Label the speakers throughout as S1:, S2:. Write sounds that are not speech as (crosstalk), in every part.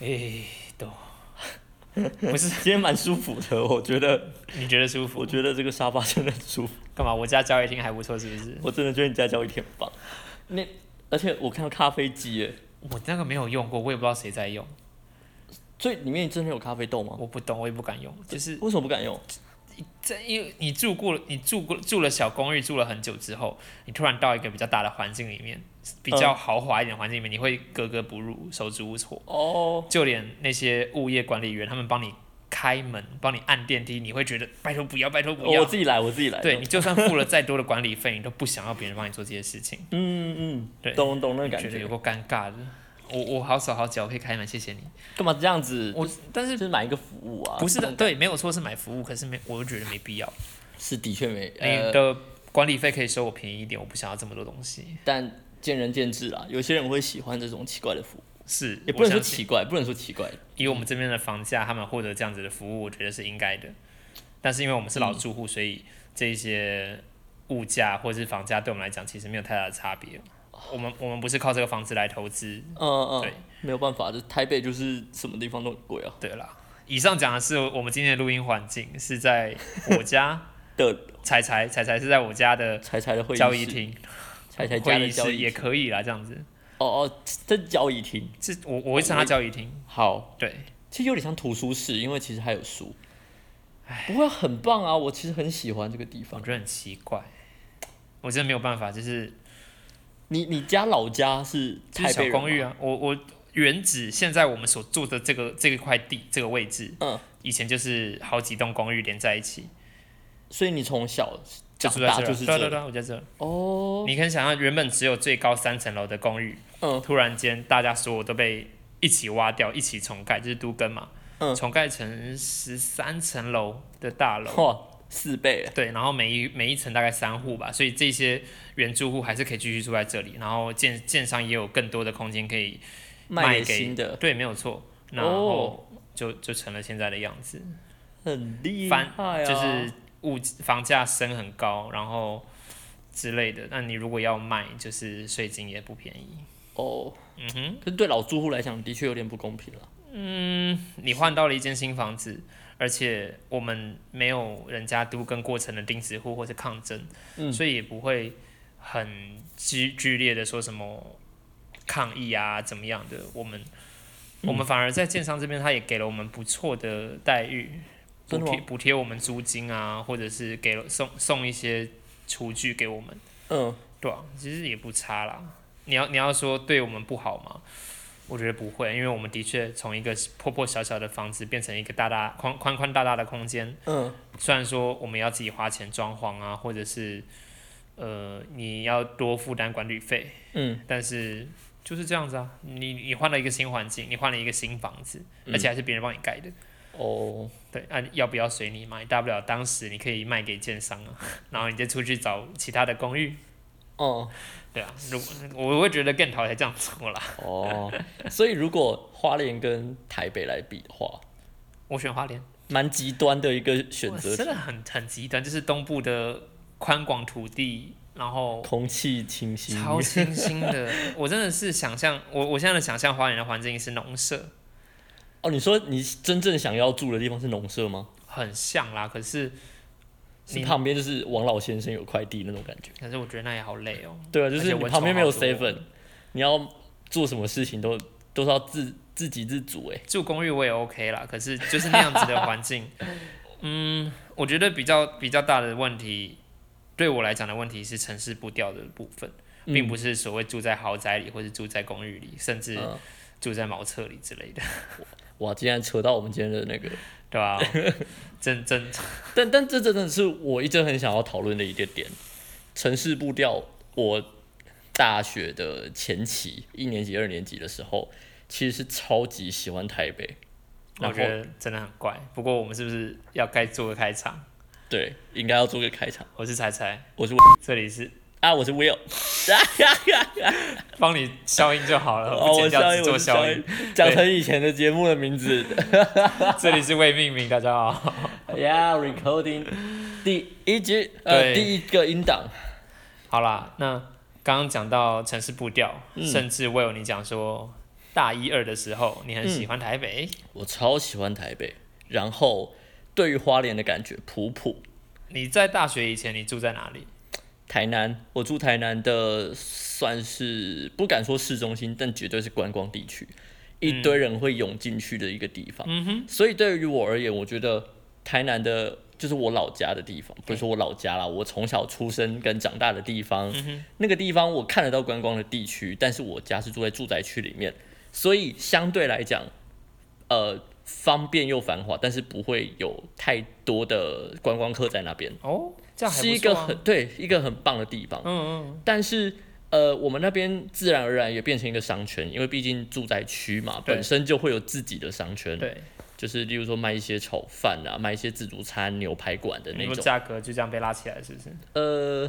S1: 哎不是
S2: 今天蛮舒服的，我觉得，
S1: 你觉得舒服？
S2: 我觉得这个沙发真的很舒服。
S1: 干嘛？我家交易厅还不错，是不是？
S2: 我真的觉得你家教一天很棒。那而且我看到咖啡机耶，
S1: 我那个没有用过，我也不知道谁在用，
S2: 所以里面真的有咖啡豆吗？
S1: 我不懂，我也不敢用。就是
S2: 为什么不敢用？
S1: 这，因为你住过，你住过住了小公寓，住了很久之后，你突然到一个比较大的环境里面，比较豪华一点的环境里面，你会格格不入，手足无措。
S2: 哦，
S1: 就连那些物业管理员，他们帮你开门、帮你按电梯，你会觉得拜托不要，拜托不
S2: 哦我
S1: 要。
S2: 自己来，我自己来。
S1: 对你就算付了再多的管理费，你都不想要别人帮你做这些事情，
S2: 嗯，嗯
S1: 对
S2: 嗯，懂懂那个
S1: 你
S2: 感
S1: 觉得有
S2: 觉。
S1: 够尴尬的。我我好手好脚，我可以开门，谢谢你。
S2: 干嘛这样子？
S1: 我但
S2: 就是是买一个服务啊？
S1: 不是的，对，没有错是买服务，可是没，我就觉得没必要。
S2: 是的确没，
S1: 你
S2: 呃，
S1: 的管理费可以收我便宜一点，我不想要这么多东西。
S2: 但见仁见智啦。有些人会喜欢这种奇怪的服务，
S1: 是，
S2: 也不
S1: 我
S2: 能说
S1: 相信
S2: 奇怪，不能说奇怪。
S1: 以我们这边的房价，他们获得这样子的服务，我觉得是应该的。但是因为我们是老
S2: 嗯
S1: 住户，所以这一些物价或是房价对我们来讲，其实没有太大的差别。我们我们不是靠这个房子来投资，
S2: 嗯嗯
S1: 对，
S2: 没有办法，就台北就是什么地方都很贵啊。
S1: 对啦。以上讲的是我们今天的录音环境是在我家
S2: 的
S1: 彩彩彩彩是在我家的
S2: 柴柴的 (laughs) 会
S1: 交
S2: 议
S1: 易
S2: 室，
S1: 厅，
S2: 柴柴家
S1: 会
S2: 的
S1: 议
S2: 交
S1: 室也
S2: 易厅。
S1: 可以啦，这样子。
S2: 哦哦，这交易厅
S1: 这我我会称它交易厅，
S2: 好，
S1: 对，
S2: 其实有点像图书室，因为其实还有书。不会很棒啊！我其实很喜欢这个地
S1: 我
S2: 方。
S1: 觉得很奇怪，我真的没有办法，就是
S2: 你你家老家是
S1: 就是
S2: 台北
S1: 小
S2: 人
S1: 公寓
S2: 吗
S1: 啊，我我原址现在我们所住的这个这一块地这个位置，
S2: 嗯，
S1: 以前就是好几栋公寓连在一起，
S2: 所以你从小
S1: 就
S2: 长
S1: 住在
S2: 大
S1: 这儿，
S2: 就是
S1: 对啊对啊
S2: 这
S1: 对啊，我在这儿。
S2: 哦，
S1: 你可以想象，原本只有最高三层楼的公寓，
S2: 嗯
S1: 突然间大家所有都被一起挖掉，一起重盖，就是都更嘛，
S2: 嗯
S1: 重盖成十三层楼的大楼。
S2: 哇，四倍了，
S1: 对，然后每一每一层大概三户吧，所以这些原住户还是可以继续住在这里，然后建建商也有更多的空间可以
S2: 卖给
S1: 给
S2: 新的，
S1: 对，没有错。然后就就成了现在的样子，
S2: 很厉害
S1: 翻
S2: 啊！
S1: 就是物房价升很高，然后之类的。那你如果要卖，就是税金也不便宜。
S2: 哦，
S1: 嗯哼，
S2: 可是对老住户来讲，的确有点不公平了。
S1: 你换到了一间新房子，而且我们没有人家都跟过程的钉子户或是抗争，
S2: 嗯
S1: 所以也不会很激剧烈的说什么抗议啊怎么样的。我们、
S2: 嗯
S1: 我们反而在建商这边，他也给了我们不错的待遇，补
S2: 真的吗
S1: 贴补贴我们租金啊，或者是给了送送一些厨具给我们，
S2: 嗯，
S1: 对啊，其实也不差啦。你要你要说对我们不好吗？我觉得不会，因为我们的确从一个破破小小的房子变成一个大大宽宽宽大大的空间。
S2: 嗯，
S1: 虽然说我们要自己花钱装潢啊，或者是呃你要多负担管理费，
S2: 嗯，
S1: 但是就是这样子啊。你你换了一个新环境，你换了一个新房子，而且还是别人帮你盖的。
S2: 哦，
S1: 对，啊，要不要随你买？大不了当时你可以卖给建商啊， (laughs) 然后你再出去找其他的公寓。
S2: 哦，
S1: 对啊，如果我会觉得更讨厌这样做啦。
S2: 哦， (laughs) 所以如果花莲跟台北来比的话，
S1: 我选花莲，
S2: 蛮极端的一个选
S1: 哇
S2: 择
S1: 真
S2: 题，
S1: 的很很极端，就是东部的宽广土地，然后
S2: 空气清新，
S1: 超清新
S2: (laughs)
S1: 的。我真的是想象，我我现在的想象花莲的环境是农舍，
S2: 哦，你说你真正想要住的地方是农舍吗？
S1: 很像啦。可是，
S2: 是
S1: 你
S2: 旁边就是王老先生有块地那种感觉。
S1: 可是我觉得那也好累哦、
S2: 对啊，就
S1: 而
S2: 是
S1: 且
S2: 你
S1: 蚊
S2: 旁
S1: 虫
S2: 边没有
S1: 好多
S2: seven，你要做什么事情都都是要自自给自足哎、
S1: 住公寓我也 OK 啦，可是就是那样子的环
S2: (laughs)
S1: 境，嗯，我觉得比较比较大的问题，对我来讲的问题是城市步调的部分，
S2: 嗯
S1: 并不是所谓住在豪宅里，或是住在公寓里，甚至
S2: 嗯
S1: 住在茅厕里之类的， (laughs)
S2: 哇，竟然扯到我们今天的那个，
S1: 对吧、真
S2: (laughs)
S1: 真
S2: 但但这真的是我一直很想要讨论的一个点，城市步调。我大学的前期一年级、二年级的时候，其实是超级喜欢台北，然
S1: 我
S2: 后
S1: 觉得真的很怪。不过我们是不是要该做个开场？
S2: 对，应该要做个开场。
S1: 我是彩彩，
S2: 我是
S1: 这里是
S2: 啊，我是 Will，
S1: 帮你消音就好了，
S2: 哦，
S1: 不
S2: 我
S1: 剪
S2: 是
S1: 掉
S2: 肖
S1: 只
S2: 一，我
S1: 做
S2: 是肖
S1: 消
S2: 一
S1: 音。，
S2: 讲成以前的节目的名字。
S1: 这里是未命名，大家好。
S2: Yeah，recording 第一集，呃，
S1: 对
S2: 第一个音档。
S1: 好啦，那刚刚讲到城市步调，
S2: 嗯
S1: 甚至 Will
S2: 嗯
S1: 你讲说大一二的时候，你很喜欢台北，
S2: 我超喜欢台北，然后对于花莲的感觉普普。
S1: 你在大学以前你住在哪里？
S2: 台南，我住台南的算是不敢说市中心，但绝对是观光地区，一嗯堆人会涌进去的一个地方。
S1: 嗯哼，
S2: 所以对于我而言，我觉得台南的，就是我老家的地方，不是说我老家啦，我从小出生跟长大的地方，
S1: 嗯
S2: 那个地方我看得到观光的地区，但是我家是住在住宅区里面，所以相对来讲，呃，方便又繁华，但是不会有太多的观光客在那边，
S1: 哦，这样还不
S2: 是一
S1: 错
S2: 个
S1: 啊
S2: 很对一个很棒的地方。
S1: 嗯嗯
S2: 但是呃，我们那边自然而然也变成一个商圈，因为毕竟住宅区嘛，
S1: 对
S2: 本身就会有自己的商圈
S1: 嗯，，对，
S2: 就是例如说卖一些炒饭啊，卖一些自助餐、牛排馆的
S1: 你
S2: 那
S1: 说
S2: 种，
S1: 价格就这样被拉起来，是不是？
S2: 呃，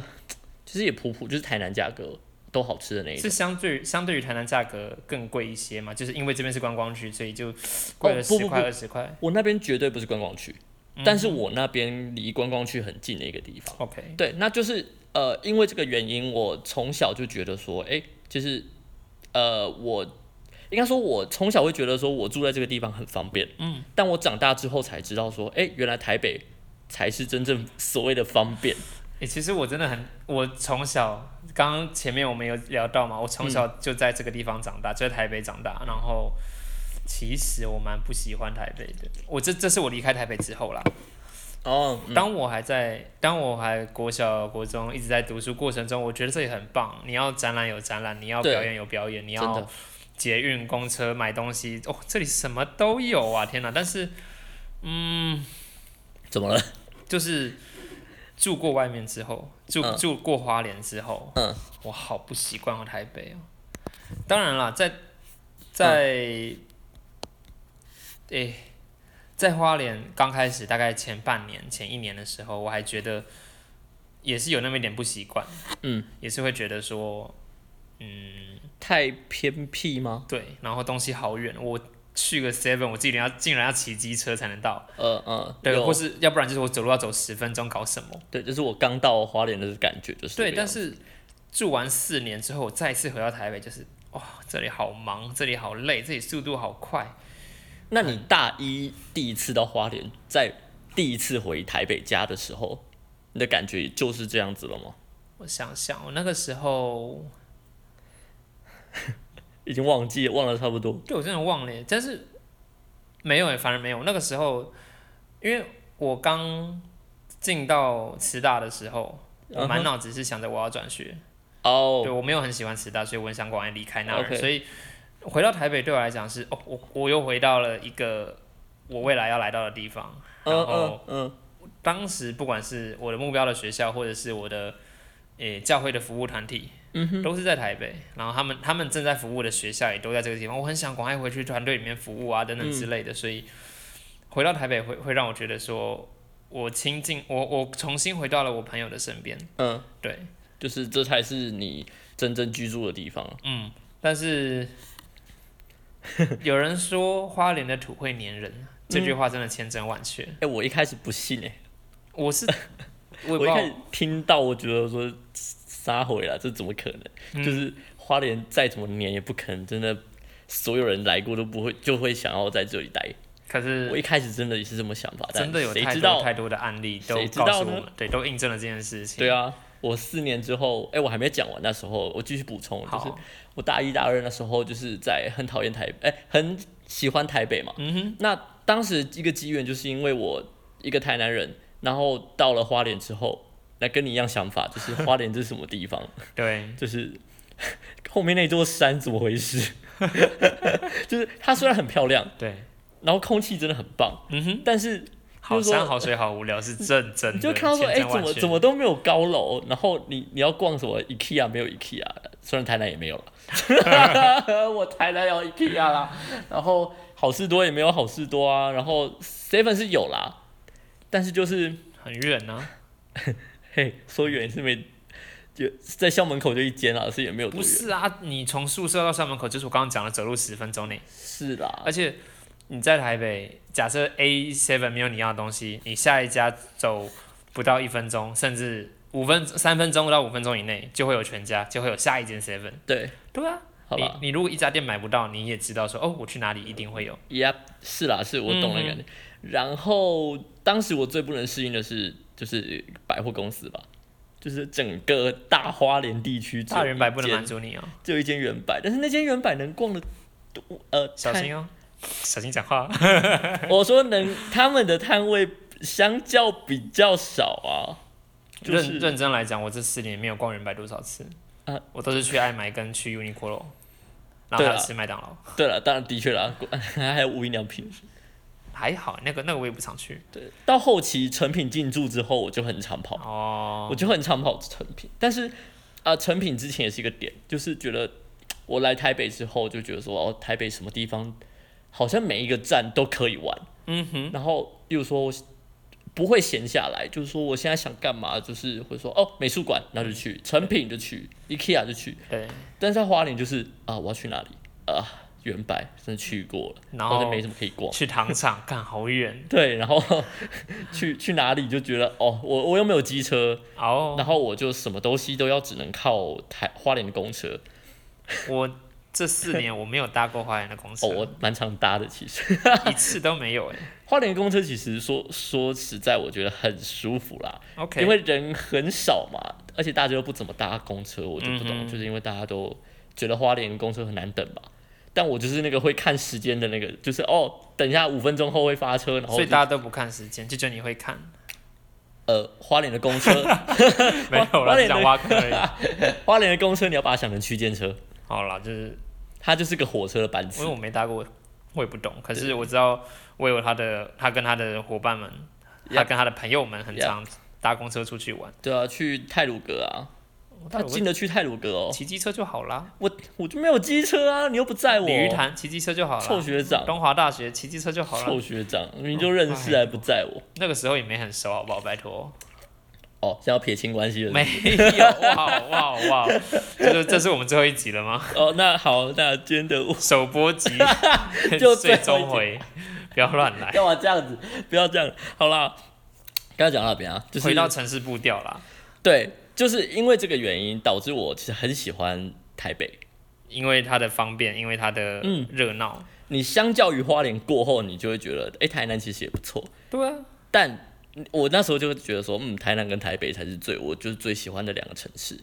S2: 其实也普普，就是台南价格都好吃的那一种。
S1: 是相对于相对于台南价格更贵一些嘛？就是因为这边是观光区，所以就贵了
S2: 哦不
S1: 十
S2: 不
S1: 块
S2: 不
S1: 二十块。
S2: 我那边绝对不是观光区，
S1: 嗯
S2: 但是我那边离观光区很近的一个地方。
S1: OK，
S2: 对，那就是呃，因为这个原因，我从小就觉得说，哎、就是呃，我应该说，我从小会觉得说我住在这个地方很方便，嗯，但我长大之后才知道说，哎、原来台北才是真正所谓的方便，
S1: 诶、其实我真的很，我从小刚刚前面我们有聊到嘛，我从小
S2: 嗯
S1: 就在这个地方长大，就在台北长大，然后其实我蛮不喜欢台北的。我这这是我离开台北之后啦，
S2: 哦，
S1: 当我还在，当我还国小、国中一直在读书过程中，我觉得这也很棒。你要展览有展览，你要
S2: 对
S1: 表演有表演，你
S2: 真的
S1: 要捷运、公车、买东西，哦，这里什么都有啊！天哪！但是，嗯，
S2: 怎么了？
S1: 就是住过外面之后，住、
S2: 嗯
S1: 住过花莲之后，
S2: 嗯，
S1: 我好不习惯哦台北哦。当然啦，在在，
S2: 嗯
S1: 诶、在花莲刚开始，大概前半年、前一年的时候，我还觉得也是有那么一点不习惯，
S2: 嗯，
S1: 也是会觉得说，嗯，
S2: 太偏僻吗？
S1: 对，然后东西好远，我去个 Seven，我竟然要竟然要骑机车才能到，
S2: 呃呃，
S1: 对，
S2: 有
S1: 或是要不然就是我走路要走十分钟，搞什么？
S2: 对，就是我刚到花莲的感觉，就是这
S1: 对，
S2: 个
S1: 但
S2: 样子
S1: 是住完四年之后，我再一次回到台北，就是哇，这里好忙，这里好累，这里速度好快。
S2: 那你大一第一次到花莲，在第一次回台北家的时候，你的感觉就是这样子了吗？
S1: 我想想，我那个时候，
S2: 已经忘记忘了差不多，
S1: 对我真的忘了耶，但是没有耶，反而没有。那个时候，因为我刚进到师大的时候，我满
S2: 嗯哼
S1: 脑子是想着我要转学，
S2: 哦
S1: 对我没有很喜欢师大，所以我很想赶快离开那儿
S2: OK
S1: 所以回到台北对我来讲是哦，我我又回到了一个我未来要来到的地方，然
S2: 嗯
S1: 后。
S2: 嗯嗯，
S1: 当时不管是我的目标的学校，或者是我的诶、教会的服务团体，
S2: 嗯
S1: 都是在台北。然后他们他们正在服务的学校也都在这个地方。我很想赶快回去团队里面服务啊，等等之类
S2: 嗯
S1: 的。所以回到台北会会让我觉得说，我亲近我我重新回到了我朋友的身边。
S2: 嗯，
S1: 对，
S2: 就是这才是你真正居住的地方。啊
S1: 嗯，但是有人说花莲的土会粘人，这句话真的千真万确。
S2: 哎、我一开始不信哎、
S1: 我
S2: (laughs)
S1: 是我也不知
S2: 我一
S1: 道
S2: 开始听到我觉得说撒回啦，这怎么可能？
S1: 嗯
S2: 就是花莲再怎么黏也不可能真的。所有人来过都不会，就会想要在这里待。
S1: 可是
S2: 我一开始真的也是这么想法，啊但
S1: 真的有
S2: 谁
S1: 太
S2: 知
S1: 多
S2: 道
S1: 太多的案例都
S2: 谁知
S1: 告
S2: 道
S1: 诉
S2: 呢
S1: 我们，对，都印证了这件事情。
S2: 对，啊，我四年之后，哎、我还没讲完，那时候我继续补充，就是
S1: 好，
S2: 我大一大二那时候就是在很讨厌台，哎、很喜欢台北嘛。
S1: 嗯哼，
S2: 那当时一个机缘，就是因为我一个台南人，然后到了花莲之后，那跟你一样想法，就是花莲这是什么地方？
S1: 对，
S2: 就是 (laughs) 后面那座山怎么回事？ (laughs) 就是它虽然很漂亮，
S1: 对，
S2: 然后空气真的很棒，
S1: 嗯哼，
S2: 但是
S1: 好
S2: 就是说
S1: 山好水好无聊是正真的，
S2: 你就看到说，哎、
S1: 千真
S2: 怎
S1: 万
S2: 么
S1: 确
S2: 怎么都没有高楼，然后你你要逛什么 IKEA 没有 IKEA，虽然台南也没有了， (laughs) 我台南有 IKEA 啦，然后好事多也没有好事多啊，然后 Seven 是有啦，但是就是
S1: 很远啊呢？
S2: 嘿，说远也是没，就在校门口就一间啦，所以也没有多
S1: 不
S2: 远，
S1: 是啊，你从宿舍到校门口就是我刚刚讲的走路十分钟内，
S2: 是啦
S1: 而，且你在台北，假设 A seven 没有你要的东西，你下一家走不到一分钟，甚至五分三分钟到五分钟以内就会有全家，就会有下一间 seven。
S2: 对，
S1: 对啊，
S2: 好吧，
S1: 你你如果一家店买不到，你也知道说哦，我去哪里一定会有。嗯
S2: 呀，是啦，是我懂那个感觉。然后当时我最不能适应的是，就是百货公司吧，就是整个大花莲地区只有
S1: 大圆百不能
S2: 一间
S1: 满足你哦，
S2: 只有一间原百，但是那间原百能逛的多，呃，
S1: 小
S2: 摊
S1: 心哦，小心讲话。
S2: 我说能，他们的摊位相较比较少啊， (laughs) 就
S1: 认
S2: 是
S1: 认真来讲，我这四年没有逛原百多少次，
S2: 啊
S1: 我都是去爱买跟去 Uniqlo，然后
S2: 对
S1: 还有
S2: 啊
S1: 吃麦当劳。
S2: 对了，当然的确啦，还有无印良品。
S1: 还好，那个那个我也不常去。
S2: 对，到后期成品进驻之后，我就很常跑，
S1: 哦
S2: 我，就很常跑成品。但是啊、成品之前也是一个点，就是觉得我来台北之后，就觉得说哦，台北什么地方好像每一个站都可以玩。
S1: 嗯哼，
S2: 然后，例如说我不会闲下来，就是说我现在想干嘛，就是会说哦，美术馆那就
S1: 嗯
S2: 去，成品就去，IKEA 就去。
S1: 对，
S2: 但是在花莲就是啊，我要去哪里啊？原白真的去过了，
S1: 然
S2: 好像
S1: 后
S2: 没什么可以逛。
S1: 去糖
S2: (laughs)
S1: 厂，看好远
S2: 对，然后 (laughs) 去去哪里就觉得哦，我我又没有机车，
S1: 哦。
S2: 然后我就什么东西都要只能靠台花莲的公车。
S1: 我这四年我没有搭过花莲的公司
S2: (laughs) 哦，，我蛮常搭的，其实 (laughs)
S1: 一次都没有哎。
S2: 花莲公车其实说说实在，我觉得很舒服啦，
S1: OK，
S2: 因为人很少嘛，而且大家又不怎么搭公车，我就不懂，
S1: 嗯哼
S2: 就是因为大家都觉得花莲公车很难等吧。但我就是那个会看时间的那个，就是哦，等一下五分钟后会发车，然后
S1: 所以
S2: 就
S1: 大家都不看时间，就觉得你会
S2: (laughs)
S1: 看，
S2: 呃花莲的
S1: (laughs)
S2: 公车，
S1: 没有
S2: 花
S1: 啦，只
S2: 莲的
S1: 讲挖坑而已。
S2: 花莲的公车你要把它想成区间车，
S1: 好啦，就是
S2: 它就是个火车的班
S1: 因为
S2: 次。
S1: 我没搭过，我也不懂。可是我知道，我有他的，他跟他的伙伴们，他
S2: Yeah.
S1: 跟他的朋友们很
S2: Yeah.
S1: 常搭公车出去玩。
S2: 对啊，去泰鲁阁啊，他
S1: 但
S2: 进得去泰鲁阁
S1: 我
S2: 哦。
S1: 骑机车就好啦，
S2: 我我就没有机车啊，你又不载我。
S1: 鲤鱼潭骑机车就好
S2: 臭
S1: 啦，
S2: 学长，
S1: 东华大学骑机车就好哎
S2: 臭
S1: 啦。
S2: 学长，你就认识还不载我？
S1: 那个时候也没很熟，好不好？拜托，
S2: 哦，想要撇清关系了。
S1: 没有哇哇哇！这就这是我们最后一集了吗？
S2: 哦，那好，那今天 (laughs) 的我
S1: 首播集
S2: 就最
S1: 最
S2: 后一集
S1: 终回，不要乱来。
S2: 干啊嘛这样子？不要这样。好啦，刚才讲到哪边啊？就是
S1: 回到城市步调啦，
S2: 对，就是因为这个原因，导致我其实很喜欢台北。
S1: 因为它的方便，因为它的
S2: 嗯
S1: 热闹。
S2: 你相较于花莲过后，你就会觉得，哎、台南其实也不错。
S1: 对啊，
S2: 但我那时候就会觉得说，嗯，台南跟台北才是最我就是最喜欢的两个城市。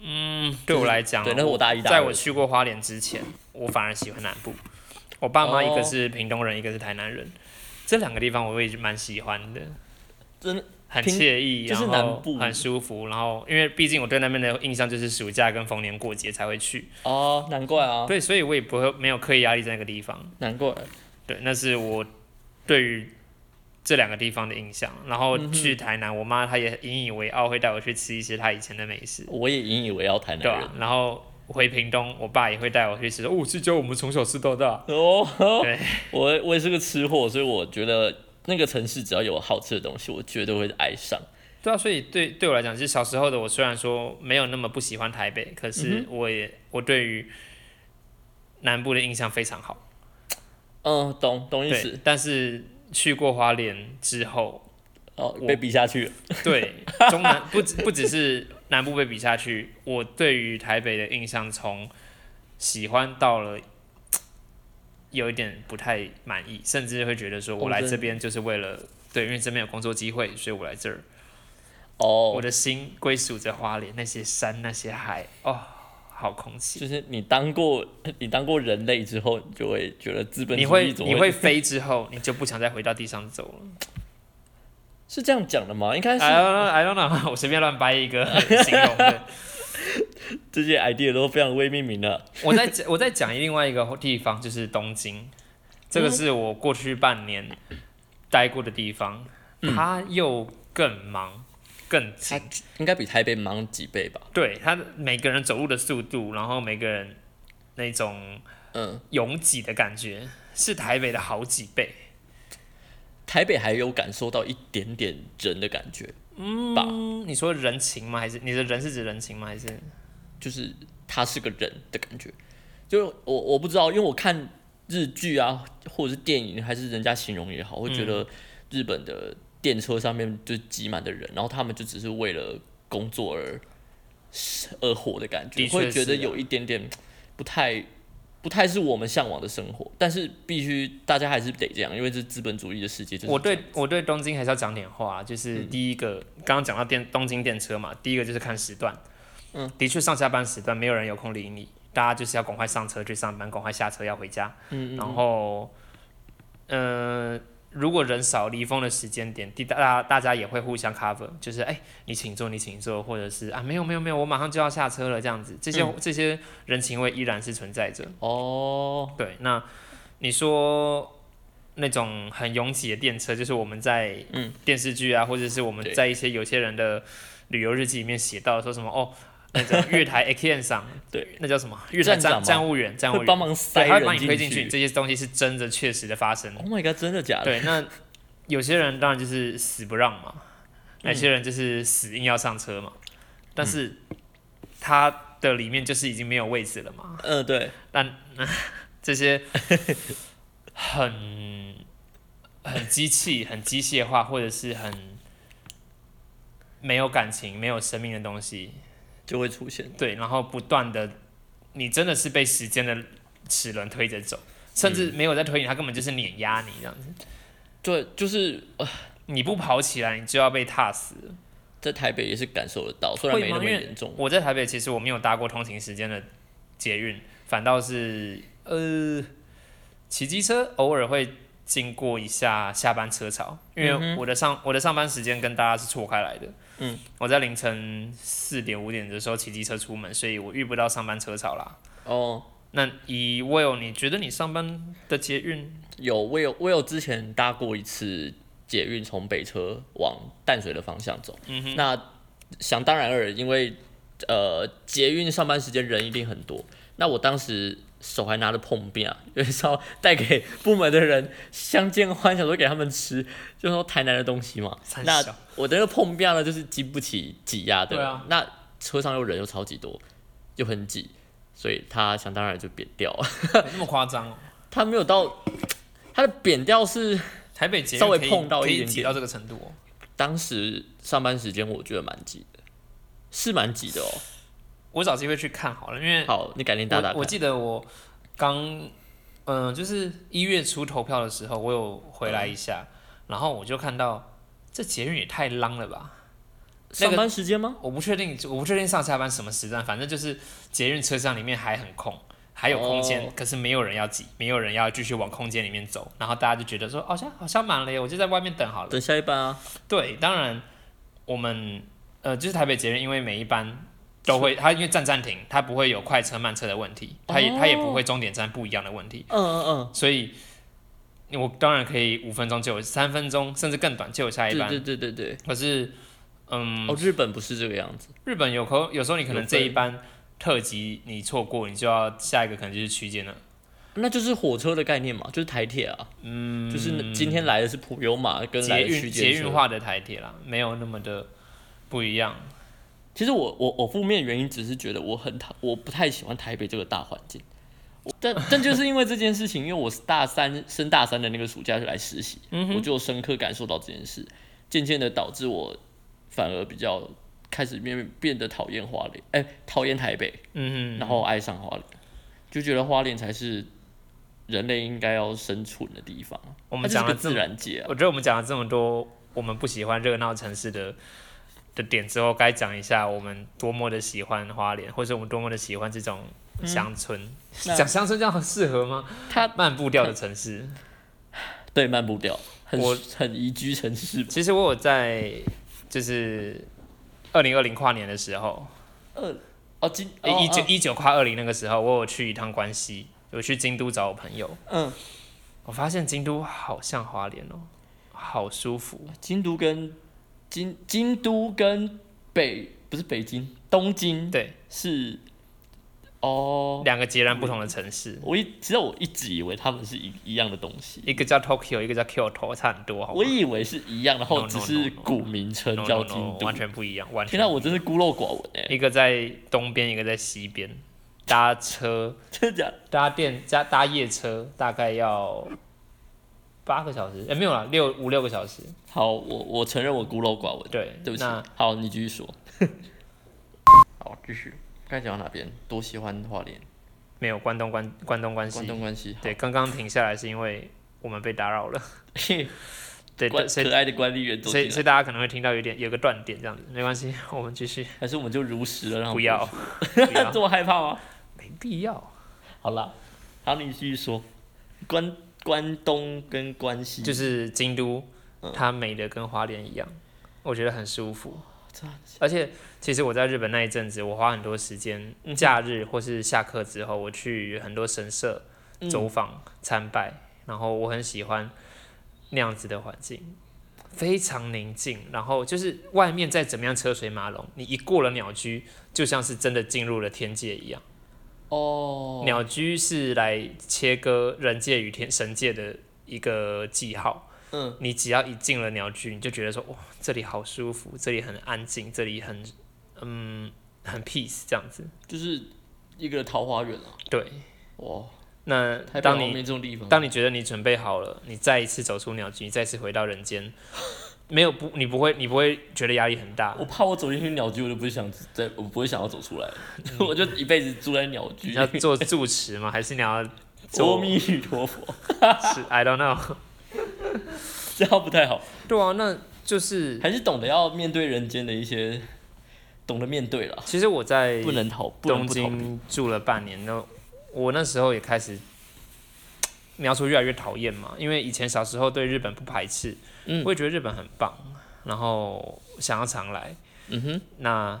S1: 嗯，对我来讲，
S2: 对那是我大一大二
S1: 在我去过花莲之前，我反而喜欢南部。我爸妈
S2: 哦
S1: 一个是屏东人，一个是台南人，这两个地方我也蛮喜欢的，
S2: 真的
S1: 很
S2: 屏
S1: 惬意，
S2: 就是
S1: 然后
S2: 南部
S1: 很舒服。然后因为毕竟我对那边的印象就是暑假跟逢年过节才会去，
S2: 哦，难怪啊，
S1: 对，所以我也不会没有刻意压力在那个地方。
S2: 难怪。
S1: 对，那是我对于这两个地方的印象。然
S2: 嗯
S1: 后去台南，我妈她也引以为傲，会带我去吃一些她以前的美食。
S2: 我也引以为傲台
S1: 对
S2: 南人
S1: 啊。，然后回屏东，我爸也会带我去吃。哦，这家我们从小吃到大。
S2: 哦，
S1: 对
S2: 我我也是个吃货，所以我觉得那个城市只要有好吃的东西，我绝对会爱上。
S1: 对啊，所以对对我来讲，其实小时候的我虽然说没有那么不喜欢台北，可是我也、我对于南部的印象非常好。
S2: 嗯，懂懂意
S1: 对
S2: 思。，
S1: 但是去过花莲之后，
S2: 哦，
S1: 我
S2: 被比下去了。
S1: (laughs) 对中南不只不只是南部被比下去，我对于台北的印象从喜欢到了。有一点不太满意，甚至会觉得说，我
S2: 哦
S1: 来
S2: 真
S1: 这边就是为了对，因为这边有工作机会，所以我来这儿。我
S2: 哦，
S1: 的心归属着花莲那些山那些海哦，好空气。
S2: 就是你当过你当过人类之后，你就会觉得资本主
S1: 你
S2: 义
S1: 会
S2: 怎
S1: 你
S2: 么 (laughs)
S1: 会飞之后，你就不想再回到地上走了。
S2: 是这样讲的吗？应
S1: I
S2: 该是
S1: don't know, I don't know，我随便乱掰一
S2: (laughs)
S1: 个形容的。
S2: 这些 idea 都非常未命名的。
S1: (laughs) 我在我在讲另外一个地方，就是东京，这个是我过去半年待过的地方，它又更忙更
S2: 嗯它
S1: 紧，
S2: 应该比台北忙几倍吧？
S1: 对它的每个人走路的速度，然后每个人那种
S2: 嗯，
S1: 拥挤的感觉，是台北的好几倍。
S2: 台北还有感受到一点点人的感觉，
S1: 嗯，你说人情吗？还是你的人是指人情吗？还是
S2: 就是他是个人的感觉。就是我我不知道，因为我看日剧啊，或者是电影，还是人家形容也好，我会觉
S1: 嗯
S2: 得日本的电车上面就挤满的人，然后他们就只是为了工作而而活的感觉，
S1: 的确
S2: 会觉得
S1: 是啊
S2: 有一点点不太不太是我们向往的生活，但是必须大家还是得这样，因为这是资本主义的世界。就是嗯
S1: 我对我对东京还是要讲点话，啊就是第一个，刚刚讲到电东京电车嘛，第一个就是看时段，
S2: 嗯，
S1: 的确上下班时段没有人有空理你，大家就是要赶快上车去上班，赶快下车要回家，
S2: 嗯嗯
S1: 然后，呃，如果人少离峰的时间点，地大大大家也会互相 cover，就是哎、你请坐，你请坐，或者是啊没有没有没有，我马上就要下车了这样子，这
S2: 嗯
S1: 些、这些人情味依然是存在着。
S2: 哦，
S1: 对，那你说那种很拥挤的电车，就是我们在
S2: 嗯
S1: 电视剧啊，或者是我们
S2: 对
S1: 在一些有些人的旅游日记里面写到说什么哦，那种月台 A K N 上，
S2: (laughs) 对，
S1: 那叫什么月台
S2: 站长
S1: 站
S2: 吗
S1: 站务员，站务
S2: 会帮
S1: 员，对，
S2: 忙塞
S1: 他会把
S2: 人
S1: 你推
S2: 进
S1: 进去，这些东西是真的确实的发生。
S2: Oh my god，真的假的？
S1: 对，那有些人当然就是死不让嘛，
S2: 嗯
S1: 那有些人就是死硬要上车嘛，但是他的里面就是已经没有位置了嘛，
S2: 嗯，对，
S1: 但 (laughs) 这些很很机器、很机械化，或者是很没有感情、没有生命的东西，
S2: 就会出现。
S1: 对，然后不断的，你真的是被时间的齿轮推着走，甚至没有在推你，它根本就是碾压你这样子。
S2: 对，就是呃
S1: 你不跑起来，你就要被踏死了。
S2: 在台北也是感受得到，虽然
S1: 会
S2: 没
S1: 吗
S2: 那么
S1: 因为
S2: 严重。
S1: 我在台北，其实我没有搭过通勤时间的捷运，反倒是呃，骑机车偶尔会经过一下下班车潮，因
S2: 嗯
S1: 为
S2: 哼
S1: 我的上我的上班时间跟大家是错开来的。
S2: 嗯，
S1: 我在凌晨四点五点的时候骑机车出门，所以我遇不到上班车潮啦。
S2: 哦，
S1: 那以 Will，你觉得你上班的捷运
S2: 有，我有，我有之前搭过一次捷运，从北车往淡水的方向走。
S1: 嗯
S2: 那想当然尔，因为呃，捷运上班时间人一定很多。那我当时手还拿着碰饼啊，因为是要带给部门的人相见欢，想说给他们吃，就说台南的东西嘛。
S1: 三
S2: 那
S1: 小？
S2: 我的那个碰壁呢，就是经不起挤压的。
S1: 对啊
S2: 那车上又人又超级多，又很挤，所以它想当然就扁掉了。
S1: 有那么夸张哦？
S2: 它没有到，它的扁掉是
S1: (laughs) 台北捷运
S2: 稍微
S1: 可以
S2: 碰到一
S1: 可以
S2: 点
S1: 挤
S2: 点
S1: 到这个程度哦。
S2: 当时上班时间，我觉得蛮挤的，是蛮挤
S1: (laughs)
S2: 的哦。
S1: 我找机会去看好了，因为
S2: 好，你改天打打
S1: 我
S2: 看
S1: 我。记得我刚，嗯、就是一月初投票的时候，我有回来一下，然后我就看到这捷运也太浪了吧！那
S2: 上
S1: 个
S2: 班时间吗？
S1: 我不确定，我不确定上下班什么时段，反正就是捷运车厢里面还很空，还有空间，
S2: 哦
S1: 可是没有人要挤，没有人要继续往空间里面走，然后大家就觉得说，好像好像满了耶，我就在外面等好了。
S2: 等下一班啊。
S1: 对，当然我们呃，就是台北捷运，因为每一班都会，它因为站站停，它不会有快车慢车的问题，
S2: 哦
S1: 它也、它也不会终点站不一样的问题，
S2: 嗯嗯嗯，
S1: 所以我当然可以五分钟就有三分钟，甚至更短就有下一
S2: 嗯对
S1: 班。
S2: 对对对对。
S1: 可是，嗯，
S2: 哦，日本不是这个样子。
S1: 日本有可有时候你可
S2: 有
S1: 能
S2: 分
S1: 这一班特急你错过，你就要下一个可能就是区间了。
S2: 那就是火车的概念嘛，就是台铁啊，嗯，就是今天来的是普悠玛跟
S1: 捷
S2: 来的
S1: 运
S2: 区
S1: 捷
S2: 间
S1: 运
S2: 车。
S1: 化的台铁啦，没有那么的不一样。
S2: 其实我我我负面原因只是觉得我很讨，我不太喜欢台北这个大环境。我但 (laughs) 但就是因为这件事情，因为我是大三升大三的那个暑假就来实习，
S1: 嗯
S2: 我就深刻感受到这件事，渐渐的导致我反而比较开始变变得讨厌花莲，哎、讨厌台北，
S1: 嗯哼，
S2: 然后爱上花莲，就觉得花莲才是人类应该要生存的地方。
S1: 我
S2: 我
S1: 们
S2: 是
S1: 讲
S2: 个
S1: 了这
S2: 自
S1: 么
S2: 然界啊，
S1: 我觉得我们讲了这么多我们不喜欢热闹城市的的点之后，该讲一下我们多么的喜欢花莲，或者我们多么的喜欢这种乡村。
S2: 嗯那
S1: 讲乡村这样很适合吗？
S2: 它
S1: 慢步调的城市。
S2: 对慢步调，很
S1: 我
S2: 很宜居城市。
S1: 其实我有在就是二零二零跨年的时候，
S2: 哦，今哦
S1: 一九
S2: 哦
S1: 一九跨二零那个时候，我有去一趟关西，我去京都找我朋友，
S2: 嗯。
S1: 我发现京都好像花莲哦，好舒服。
S2: 京都跟京京都跟北不是北京，东京
S1: 对，
S2: 是哦。
S1: 两个截然不同的城市。
S2: 我一其实我一直以为他们是一一样的东西，
S1: 一个叫 Tokyo，一个叫 Kyoto，差很多，好吗
S2: 我以为是一样，然后
S1: No, no,
S2: 只是
S1: no, no.
S2: 古名称
S1: No, no,
S2: 叫
S1: no,
S2: 京都。
S1: 完全不一样，完
S2: 天
S1: 全
S2: 哪，。我真是孤陋寡闻哎、
S1: 一个在东边，一个在西边。搭车、
S2: (laughs) 真的假的？
S1: 搭电、加搭夜车，大概要八个小时，哎、没有啦，六五六个小时。
S2: 好，我我承认我孤陋寡闻，
S1: 对，
S2: 对不起
S1: 那。
S2: 好，你
S1: (laughs)
S2: 继续说。好，继续。刚才讲到哪边？多喜欢花莲。
S1: 没有关东关关东关
S2: 关
S1: 系。
S2: 东关系，
S1: 对，刚刚停下来是因为我们被打扰 (laughs) 了。对，
S2: 关
S1: 但所以
S2: 可爱的管理员走
S1: 所以
S2: 进
S1: 所
S2: 来，
S1: 以大家可能会听到有点有个断点这样子，没关系，我们继续。
S2: 还是我们就如实的让他们
S1: 不要，不
S2: 过去
S1: (laughs) 要
S2: (laughs) 这么害怕吗？
S1: 没必要。
S2: 好啦，好，你继续说，关关东跟关西
S1: 就是京都，它美的跟花莲一样，我觉得很舒服。而且其实我在日本那一阵子，我花很多时间，假日或是下课之后，我去很多神社走访、参拜，然后我很喜欢那样子的环境。非常宁静，然后就是外面再怎么样车水马龙，你一过了鸟居，就像是真的进入了天界一样。
S2: 哦，
S1: 鸟居是来切割人界与天神界的一个记号。
S2: 嗯，
S1: 你只要一进了鸟居，你就觉得说，哇，这里好舒服，这里很安静，这里很，嗯，很 peace 这样子。
S2: 就是一个桃花源啊，
S1: 对，
S2: 哇，
S1: 那
S2: 台北好
S1: 当
S2: 像
S1: 你
S2: 没这种地方，
S1: 当你觉得你准备好了，你再一次走出鸟居，你再次回到人间， (laughs) 没有不，你不会，你不会觉得压力很大
S2: 我。怕我走进去鸟居，我就不会想在，我不会想要走出来， (laughs) 我就一辈子住在鸟
S1: 你
S2: 居。
S1: 要做住持吗？还是你要
S2: 阿
S1: 做
S2: 弥陀佛， (laughs)
S1: 是 I don't know。
S2: 这样不太好，
S1: 对啊，那就是
S2: 还是懂得要面对人间的一些，懂得面对了，
S1: 其实我在
S2: 不能逃，不能
S1: 东
S2: 不逃避。
S1: 京住了半年，那我那时候也开始描述越来越讨厌嘛，因为以前小时候对日本不排斥，
S2: 嗯
S1: 我也觉得日本很棒，然后想要常来。
S2: 嗯哼，
S1: 那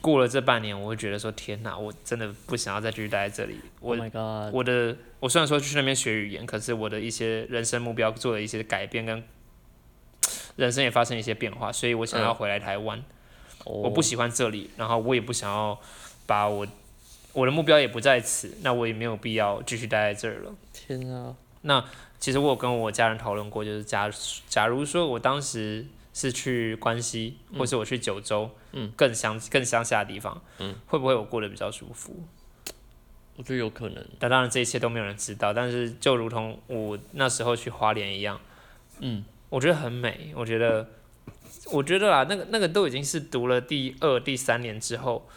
S1: 过了这半年，我会觉得说天哪，我真的不想要再继续待在这里。我、
S2: Oh my god，
S1: 我的我虽然说去那边学语言，可是我的一些人生目标做了一些改变跟。人生也发生一些变化，所以我
S2: 嗯
S1: 想要回来台湾。我
S2: 我
S1: 不喜欢这里，然后我也不想要把我我的目标也不在此，那我也没有必要继续待在这儿了。
S2: 天啊，
S1: 其实我有跟我家人讨论过，就是假假如说我当时是去关西，或是我去九州，嗯，更乡更乡下的地方，嗯，会不会我过得比较舒服？
S2: 我觉得有可能，
S1: 但当然这一切都没有人知道，但是就如同我那时候去花莲一样，
S2: 嗯，
S1: 我觉得很美，我觉得，我觉得啦，那个那个都已经是读了第二、第三年之后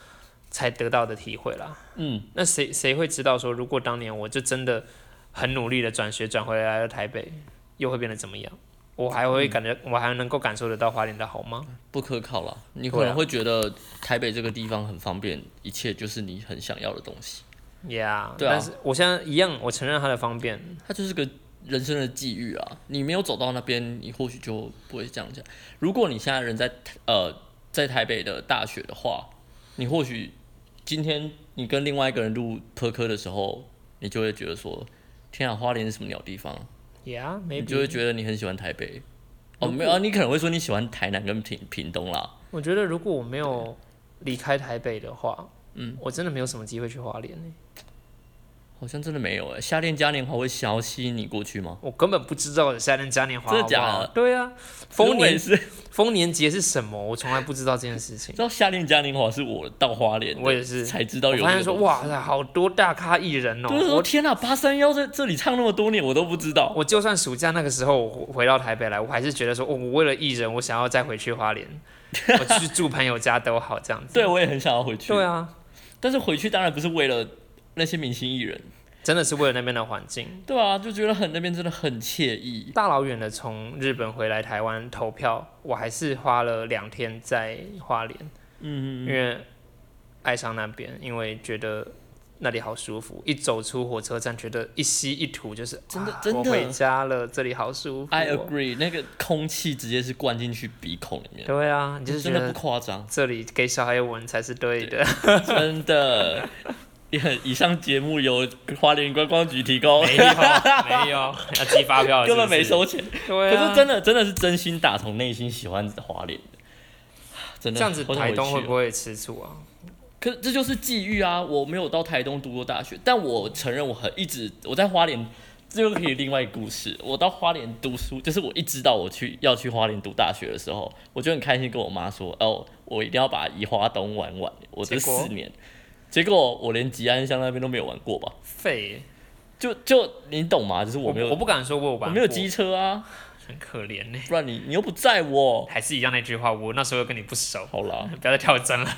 S1: 才得到的体会啦。
S2: 嗯，
S1: 那谁谁会知道说，如果当年我就真的很努力的转学转回来了台北，又会变得怎么样？我还
S2: 嗯
S1: 会感觉，我还能够感受得到花莲的好吗？
S2: 不可靠啦。你可
S1: 对啊
S2: 能会觉得台北这个地方很方便，一切就是你很想要的东西，
S1: 呀、yeah,，
S2: 对啊
S1: 但是我现在一样，我承认它的方便，
S2: 它就是个人生的际遇啊。你没有走到那边，你或许就不会这样讲。如果你现在人在呃在台北的大学的话，你或许今天你跟另外一个人录科科的时候，你就会觉得说，天啊，花莲是什么鸟地方啊？
S1: 呀、yeah,，
S2: 你
S1: 没
S2: 就会觉得你很喜欢台北。哦，
S1: 如
S2: 没有、啊，你可能会说你喜欢台南跟屏屏东啦。
S1: 我觉得如果我没有离开台北的话，
S2: 嗯，
S1: 我真的没有什么机会去花莲、欸、
S2: 好像真的没有诶，夏恋嘉年华会想要吸引你过去吗？
S1: 我根本不知道夏天嘉年华
S2: 真的
S1: 好不好
S2: 假的
S1: 对啊，
S2: 可
S1: 丰
S2: 是我也
S1: 年
S2: 是，
S1: 丰年节是什么？我从来不知道这件事情
S2: 知。道夏恋嘉年华是我到花莲的，
S1: 我也是
S2: 才知道
S1: 我
S2: 有。
S1: 发现说，哇塞，好多大咖艺人哦、
S2: 就是说
S1: 我
S2: 天哪、八三幺在这里唱那么多年，我都不知道。
S1: 我就算暑假那个时候我回到台北来，我还是觉得说，哦，我为了艺人，我想要再回去花莲，我去住朋友家都好这样子。
S2: 对，我也很想要回去。
S1: 对啊，
S2: 但是回去当然不是为了那些明星艺人，
S1: 真的是为了那边的环境。
S2: 对啊，就觉得很那边真的很惬意。
S1: 大老远的从日本回来台湾投票，我还是花了两天在花莲。
S2: 嗯，
S1: 因为爱上那边，因为觉得那里好舒服。一走出火车站，觉得一吸一吐就是
S2: 真的
S1: 啊
S2: 真的
S1: 我回家了，这里好舒服、
S2: I
S1: 哦。
S2: agree，那个空气直接是灌进去鼻孔里面，
S1: 对啊，你就是觉
S2: 真的
S1: 得
S2: 不夸张， (laughs)
S1: 这里给小孩闻才是对的。
S2: 真的。以上节目由花莲观光局提供，
S1: 没有，没有，
S2: (laughs)
S1: 要寄发票了
S2: 根本没。
S1: 是
S2: 收钱。
S1: 不是对啊，
S2: 可是真的真的是真心打从内心喜欢华联的，真的
S1: 这样子，
S2: 好想
S1: 台东
S2: 回
S1: 会
S2: 去
S1: 不
S2: 哦
S1: 会吃醋啊？
S2: 可这就是际遇啊！我没有到台东读过大学，但我承认我很一直我在花莲，这又可以另外一个故事。我到花莲读书，就是我一知道我去要去花莲读大学的时候，我就很开心跟我妈说：“哦，我一定要把宜花东玩完，我这
S1: 结果
S2: 四年。”结果我连吉安乡那边都没有玩过吧？
S1: 废，
S2: 就就你懂吗？就是我
S1: 我
S2: 没有
S1: 我不敢说我有
S2: 我
S1: 玩，
S2: 没有机，车啊，
S1: 很可怜呢。
S2: 不然你你又不载我。
S1: 还是一样那句 (laughs) 话，我那时候又跟你不熟，
S2: 好啦，
S1: 不要再跳针了。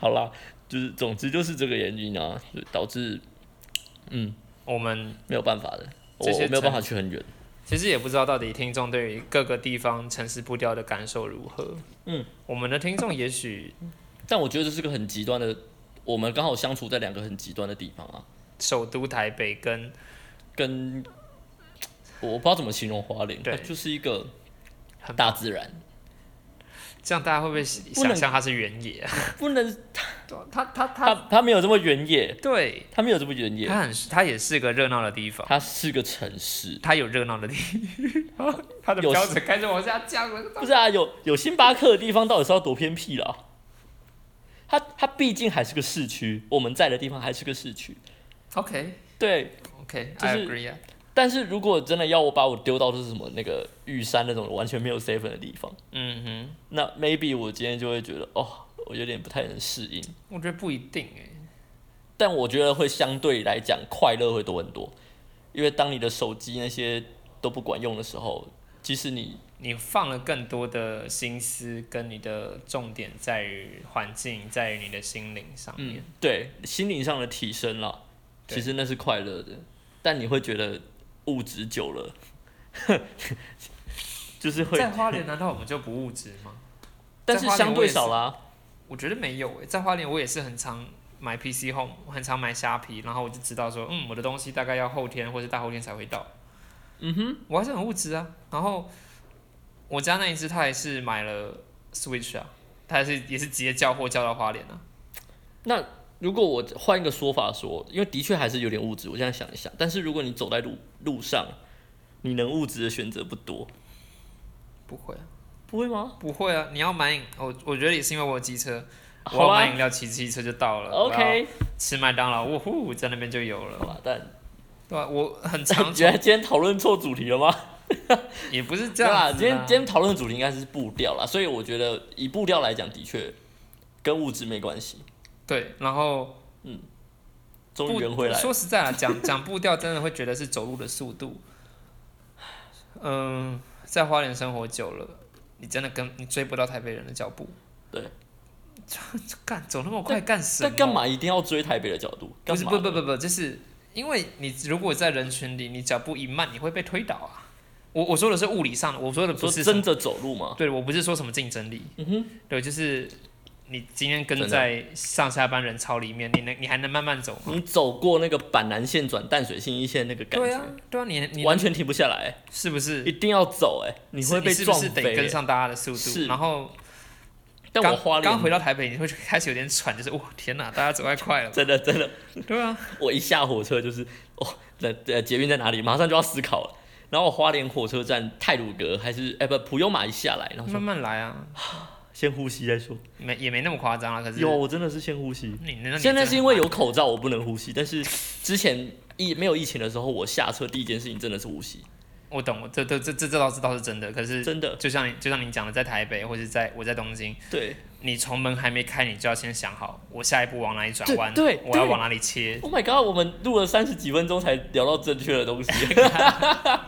S2: 好啦，就是总之就是这个原因啊，就导致嗯
S1: (laughs) 我们
S2: 没有办法的，我
S1: 这些
S2: 我没有
S1: 城
S2: 办法去很远。
S1: 其实也不知道到底听众对于各个地方城市步调的感受如何。
S2: 嗯，
S1: 我们的听众也许
S2: 但我觉得这是个很极端的，我们刚好相处在两个很极端的地方啊，
S1: 首都台北跟
S2: 跟我不知道怎么形容花莲，它
S1: 对
S2: 就是一个
S1: 很
S2: 大自然，
S1: 这样，大家会不会想象它是原野
S2: (laughs)
S1: 啊？
S2: 不能
S1: 它它它
S2: 啊它它没有这么原野，
S1: 对，
S2: 它没有这么原野，
S1: 它很它也是个热闹的地方，
S2: 它是个城市。
S1: 它有热闹的地方，
S2: (laughs)
S1: 它的
S2: 有
S1: 标准开始往下降了。
S2: 不是啊，有有星巴克的地方到底是要多偏僻啦？它它毕竟还是个市区，我们在的地方还是个市区。
S1: OK
S2: 对，
S1: OK，
S2: 就是
S1: I agree 啊。
S2: 但是如果真的要我把我丢到就是什么那个玉山那种完全没有 seven 的地方，
S1: 嗯哼，
S2: 那 maybe 我今天就会觉得哦，我有点不太能适应。
S1: 我觉得不一定哎、
S2: 但我觉得会相对来讲快乐会多很多，因为当你的手机那些都不管用的时候，即使你
S1: 你放了更多的心思，跟你的重点在于环境，在于你的心灵上面。
S2: 对心灵上的提升啦，
S1: 嗯对
S2: 其实那是快乐的，但你会觉得物质久了， (laughs) 就是
S1: (laughs)
S2: 会，
S1: 在花莲，难道我们就不物质吗？
S2: 但是相对少啦，
S1: 我觉得没有诶、欸在花莲我也是很常买 PC Home，很常买虾皮，然后我就知道说，嗯，我的东西大概要后天或是大后天才会到。嗯哼，我还是很物质啊。然后我家那一只，他也是买了 Switch 啊，他也是也是直接叫货叫到花莲啊。
S2: 如果我换一个说法说，因为的确还是有点物质，我现在想一想，但是如果你走在路路上，你能物质的选择不多，
S1: 不会啊，
S2: 不会吗？
S1: 不会啊！你要买饮，我我觉得也是因为我有机车，我
S2: 好
S1: 要买
S2: 吧
S1: 饮料骑机车就到了。我要
S2: ，OK，
S1: 吃麦当劳，呜呼，在那边就有
S2: 好
S1: 了。
S2: 吧，但
S1: 对、啊，我很
S2: (laughs)
S1: 常
S2: 原来今天讨论错主题了吗？
S1: 也不是这
S2: 对啦，
S1: 样
S2: 今
S1: 子啊
S2: 天
S1: 啦。
S2: 今天讨论的主题应该是步调啦，所以我觉得以步调来讲，的确跟物质没关系。
S1: 对，然后
S2: 终于圆回来，
S1: 说实在啊，讲 (laughs) 讲步调真的会觉得是走路的速度。嗯，在花莲生活久了，你真的跟你追不到台北人的脚步。
S2: 对
S1: 这，这 (laughs) 干走那么快干什么？啊
S2: 但干？嘛一定要追台北的角度？
S1: 不
S2: 干
S1: 是
S2: 嘛？
S1: 不不不不，就是因为你如果在人群里，你脚步一慢，你会被推倒啊。我我说的是物理上的，我说的不
S2: 说
S1: 是什么
S2: 真的走路吗？
S1: 对我不是说什么竞争力，嗯哼，对，就是你今天跟
S2: 真的
S1: 在上下班人潮里面，你能你还能慢慢走吗？
S2: 你走过那个板南线转淡水信义线那个感
S1: 对啊
S2: 觉，，
S1: 对啊，你你
S2: 完全停不下来，
S1: 是不是
S2: 一定要走哎，你会被
S1: 是不
S2: 撞
S1: 是得
S2: 飞
S1: 跟
S2: 欸。
S1: 上大家的速度
S2: 是？
S1: 然后
S2: 但
S1: 刚
S2: 我花
S1: 刚回
S2: 莲
S1: 到台北，你会开始有点喘，就是哇天哪，大家走太快
S2: (laughs)
S1: 了吧，
S2: 真的真的，
S1: 对啊，
S2: 我一下火车就是哦，那呃捷运在哪里？马上就要思考了。然后我花莲火车站泰鲁阁还是哎不普悠玛一下来，然后
S1: 慢
S2: 说
S1: 慢来啊，
S2: 先呼吸再说。
S1: 没也没那么夸张啊，可是
S2: 有，我真的是先呼吸。
S1: 你那你
S2: 现在是因为
S1: 真
S2: 有
S1: 的很慢
S2: 口罩，我不能呼吸。但是之前疫没有疫情的时候，我下车第一件事情真的是呼吸，
S1: 我懂，我这这这这这倒是倒是真的，可是
S2: 真的。
S1: 就像你就像你讲的，在台北或是在我在东京，
S2: 对
S1: 你从门还没开，你就要先想好我下一步往哪里转弯，
S2: 对对
S1: 我要
S2: 对
S1: 往哪里切，
S2: (laughs) ，Oh my god，我们录了三十几分钟才聊到正确的东西。 (laughs)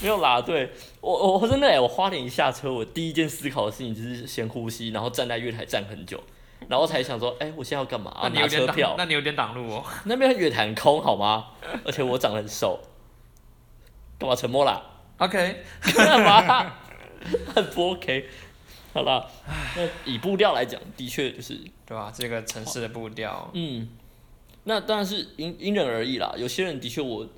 S2: 没有啦，对我我真的欸、我花莲一下车，我第一件思考的事情就是先呼吸，然后站在月台站很久，然后才想说，哎、我现在要干嘛、啊？
S1: 那你
S2: 拿
S1: 有点
S2: 车
S1: 挡
S2: 票，，
S1: 那你有点挡路哦，
S2: 那边月台很空好吗？而且我长得很瘦，干嘛沉默啦？ (laughs)
S1: OK，
S2: 干嘛？ (laughs) 很不 OK。好啦，那以步调来讲，的确就是，
S1: 对吧、这个城市的步调，
S2: 嗯，那当然是因因人而异啦。有些人的确我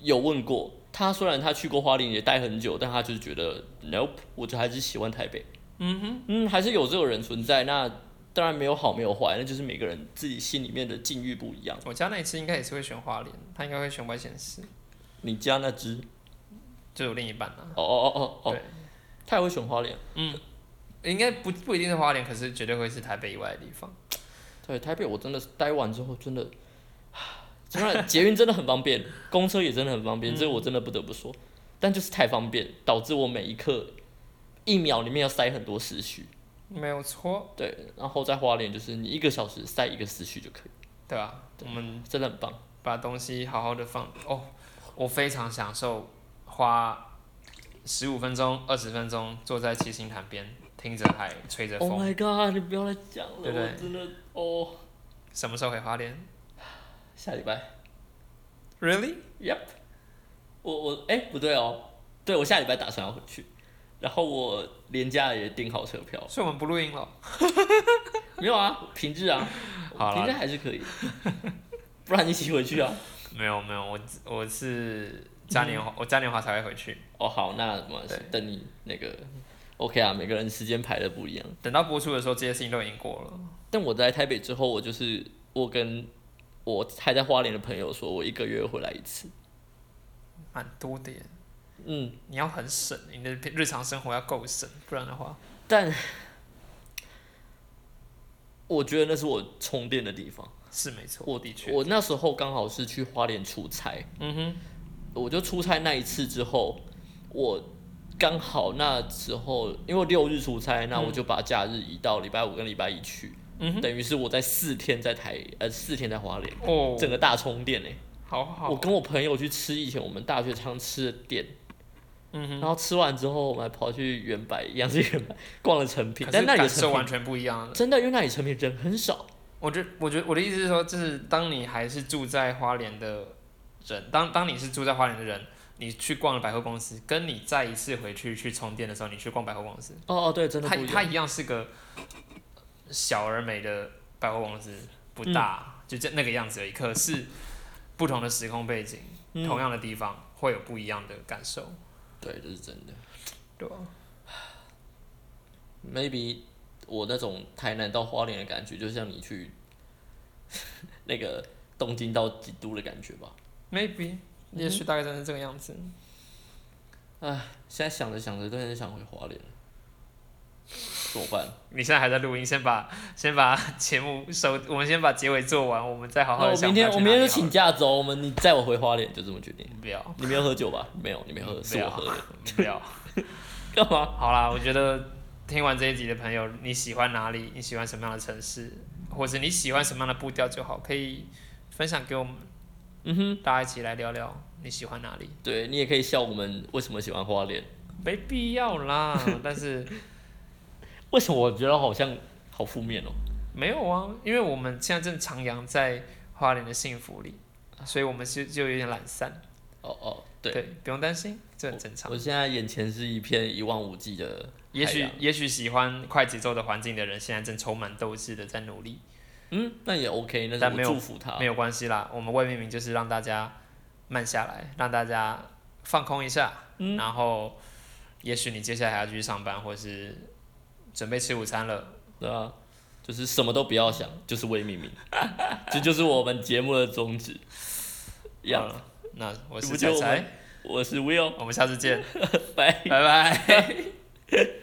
S2: 有问过，他虽然他去过花莲也待很久，但他就是觉得 Nope，我就还是喜欢台北。
S1: 嗯哼，
S2: 嗯，还是有这种人存在。那当然没有好没有坏，那就是每个人自己心里面的境遇不一样。
S1: 我家那一次应该也是会选花莲，他应该会选外县市，
S2: 你家那只，
S1: 就是我另一半啊。
S2: 哦哦哦哦哦
S1: 对，
S2: 他也会选花莲。
S1: 应该不不一定是花莲，可是绝对会是台北以外的地方。
S2: 对，台北我真的是待完之后，真的， (sighs) 真的捷运真的很方便，公车也真的很方便，这
S1: 嗯
S2: 我真的不得不说。但就是太方便，导致我每一刻一秒里面要塞很多思绪。
S1: 没有错，
S2: 对，然后在花莲就是你一个小时塞一个思绪就可以，
S1: 对吧、我们
S2: 真的很棒。
S1: 把东西好好的放哦，我非常享受花十五分钟、二十分钟坐在七星潭边，听着海，吹着
S2: Oh
S1: 风。
S2: my god！你不要再讲了，
S1: 对不对
S2: 我真的哦。
S1: 什么时候回花莲
S2: 下礼拜
S1: ？Really？，
S2: ，Yep 我。我哎、不对哦，对我下礼拜打算要回去，然后我廉价也订好车票
S1: 所以我们不录音了。
S2: 没有啊，平日 (laughs) 啊，
S1: 好啦
S2: 平日还是可以， (laughs) 不然一起回去啊。
S1: 没有没有，我我是嘉年华，我嘉年华才会回去。
S2: 哦，好，那什么
S1: 对
S2: 等你那个 OK 啊，每个人时间排的不一样。
S1: 等到播出的时候，这些事情都已经过了。
S2: 但我在台北之后，我就是我跟我还在花莲的朋友说，我一个月回来一次。
S1: 蛮多的耶，
S2: 嗯，
S1: 你要很省，你的日常生活要够省，不然的话，
S2: 但我觉得那是我充电的地方。
S1: 是没错，
S2: 我
S1: 的确，
S2: 我那时候刚好是去花莲出差，
S1: 嗯哼，
S2: 我就出差那一次之后，我刚好那时候因为六日出差，那我就把假日移到礼拜五跟礼拜一去，
S1: 嗯
S2: 等于是我在四天在台呃四天在花莲，
S1: 哦，
S2: 整个大充电哎、
S1: 好好
S2: 我，跟我朋友去吃以前我们大学常吃的店，
S1: 嗯哼，
S2: 然后吃完之后我们还跑去原百，一样是原百逛了成品
S1: 可，
S2: 但
S1: 是
S2: 那里的
S1: 感受
S2: 成
S1: 完
S2: 品
S1: 全不一样了。
S2: 真的因为那里成品人很少，
S1: 我觉我觉我的意思是说，就是当你还是住在花莲的人，当当你是住在花莲的人，你去逛了百货公司，跟你再一次回去去充电的时候，你去逛百货公司，
S2: 哦哦对，真的
S1: 它
S2: 不一
S1: 它
S2: 样，
S1: 一样是个小而美的百货公司，不
S2: 嗯
S1: 大，就这那个样子而已。可是不同的时空背景，
S2: 嗯
S1: 同样的地方会有不一样的感受，
S2: 对，这是真的。
S1: 对
S2: 啊
S1: 吧？
S2: Maybe 我那种台南到花莲的感觉，就像你去 (laughs) 那个东京到京都的感觉吧。
S1: Maybe，也
S2: 嗯
S1: 许大概真的是这个样子。
S2: 现在想着想着，都很想回花莲了，怎么办？
S1: 你现在还在录音，先把 (laughs) 先把节目收，我们先把结尾做完，我们再好好
S2: 那
S1: 的
S2: 我
S1: 想
S2: 哦明
S1: 法去哪里好了。
S2: 天
S1: 嗯
S2: 我明天就请假走，我们你载我回花莲，就这么决定。
S1: 不要 (laughs)
S2: 你没有喝酒吧？没有，你啊没喝，是
S1: 没有
S2: 我喝的。
S1: 不要。
S2: 干嘛？
S1: 好啦，我觉得听完这一集的朋友，你喜欢哪里？你喜欢什么样的城市？或者你喜欢什么样的步调就好，可以分享给我们，
S2: 嗯哼，
S1: 大家一起来聊聊你喜欢哪里。
S2: 对你也可以笑我们为什么喜欢花莲，
S1: 没必要
S2: (laughs)
S1: 啦，但是
S2: 为什么我觉得好像好负面哦？
S1: 没有啊，因为我们现在正徜徉在花莲的幸福里，所以我们就就有点懒散。
S2: 哦哦，对，
S1: 不用担心，这很正常。
S2: 我现在眼前是一片一望无际的
S1: 也
S2: 海
S1: 许
S2: 洋
S1: 也许喜欢快节奏的环境的人，现在正充满斗志的在努力，
S2: 嗯，那也 OK，那
S1: 但
S2: 是
S1: 没
S2: 我
S1: 有
S2: 祝福他
S1: 没。有关系啦。我们未命名就是让大家慢下来，让大家放空一下，
S2: 嗯
S1: 然后也许你接下来还要继续上班，或是准备吃午餐了。
S2: 对啊，就是什么都不要想，就是为命 (laughs) 名，这就是我们节目的宗旨。
S1: 好
S2: 呀，
S1: 了，那我
S2: 你
S1: 是
S2: 不
S1: 仔
S2: 觉得我们
S1: 仔，
S2: 我是 Will，
S1: 我们下次见，
S2: 拜。
S1: 拜拜。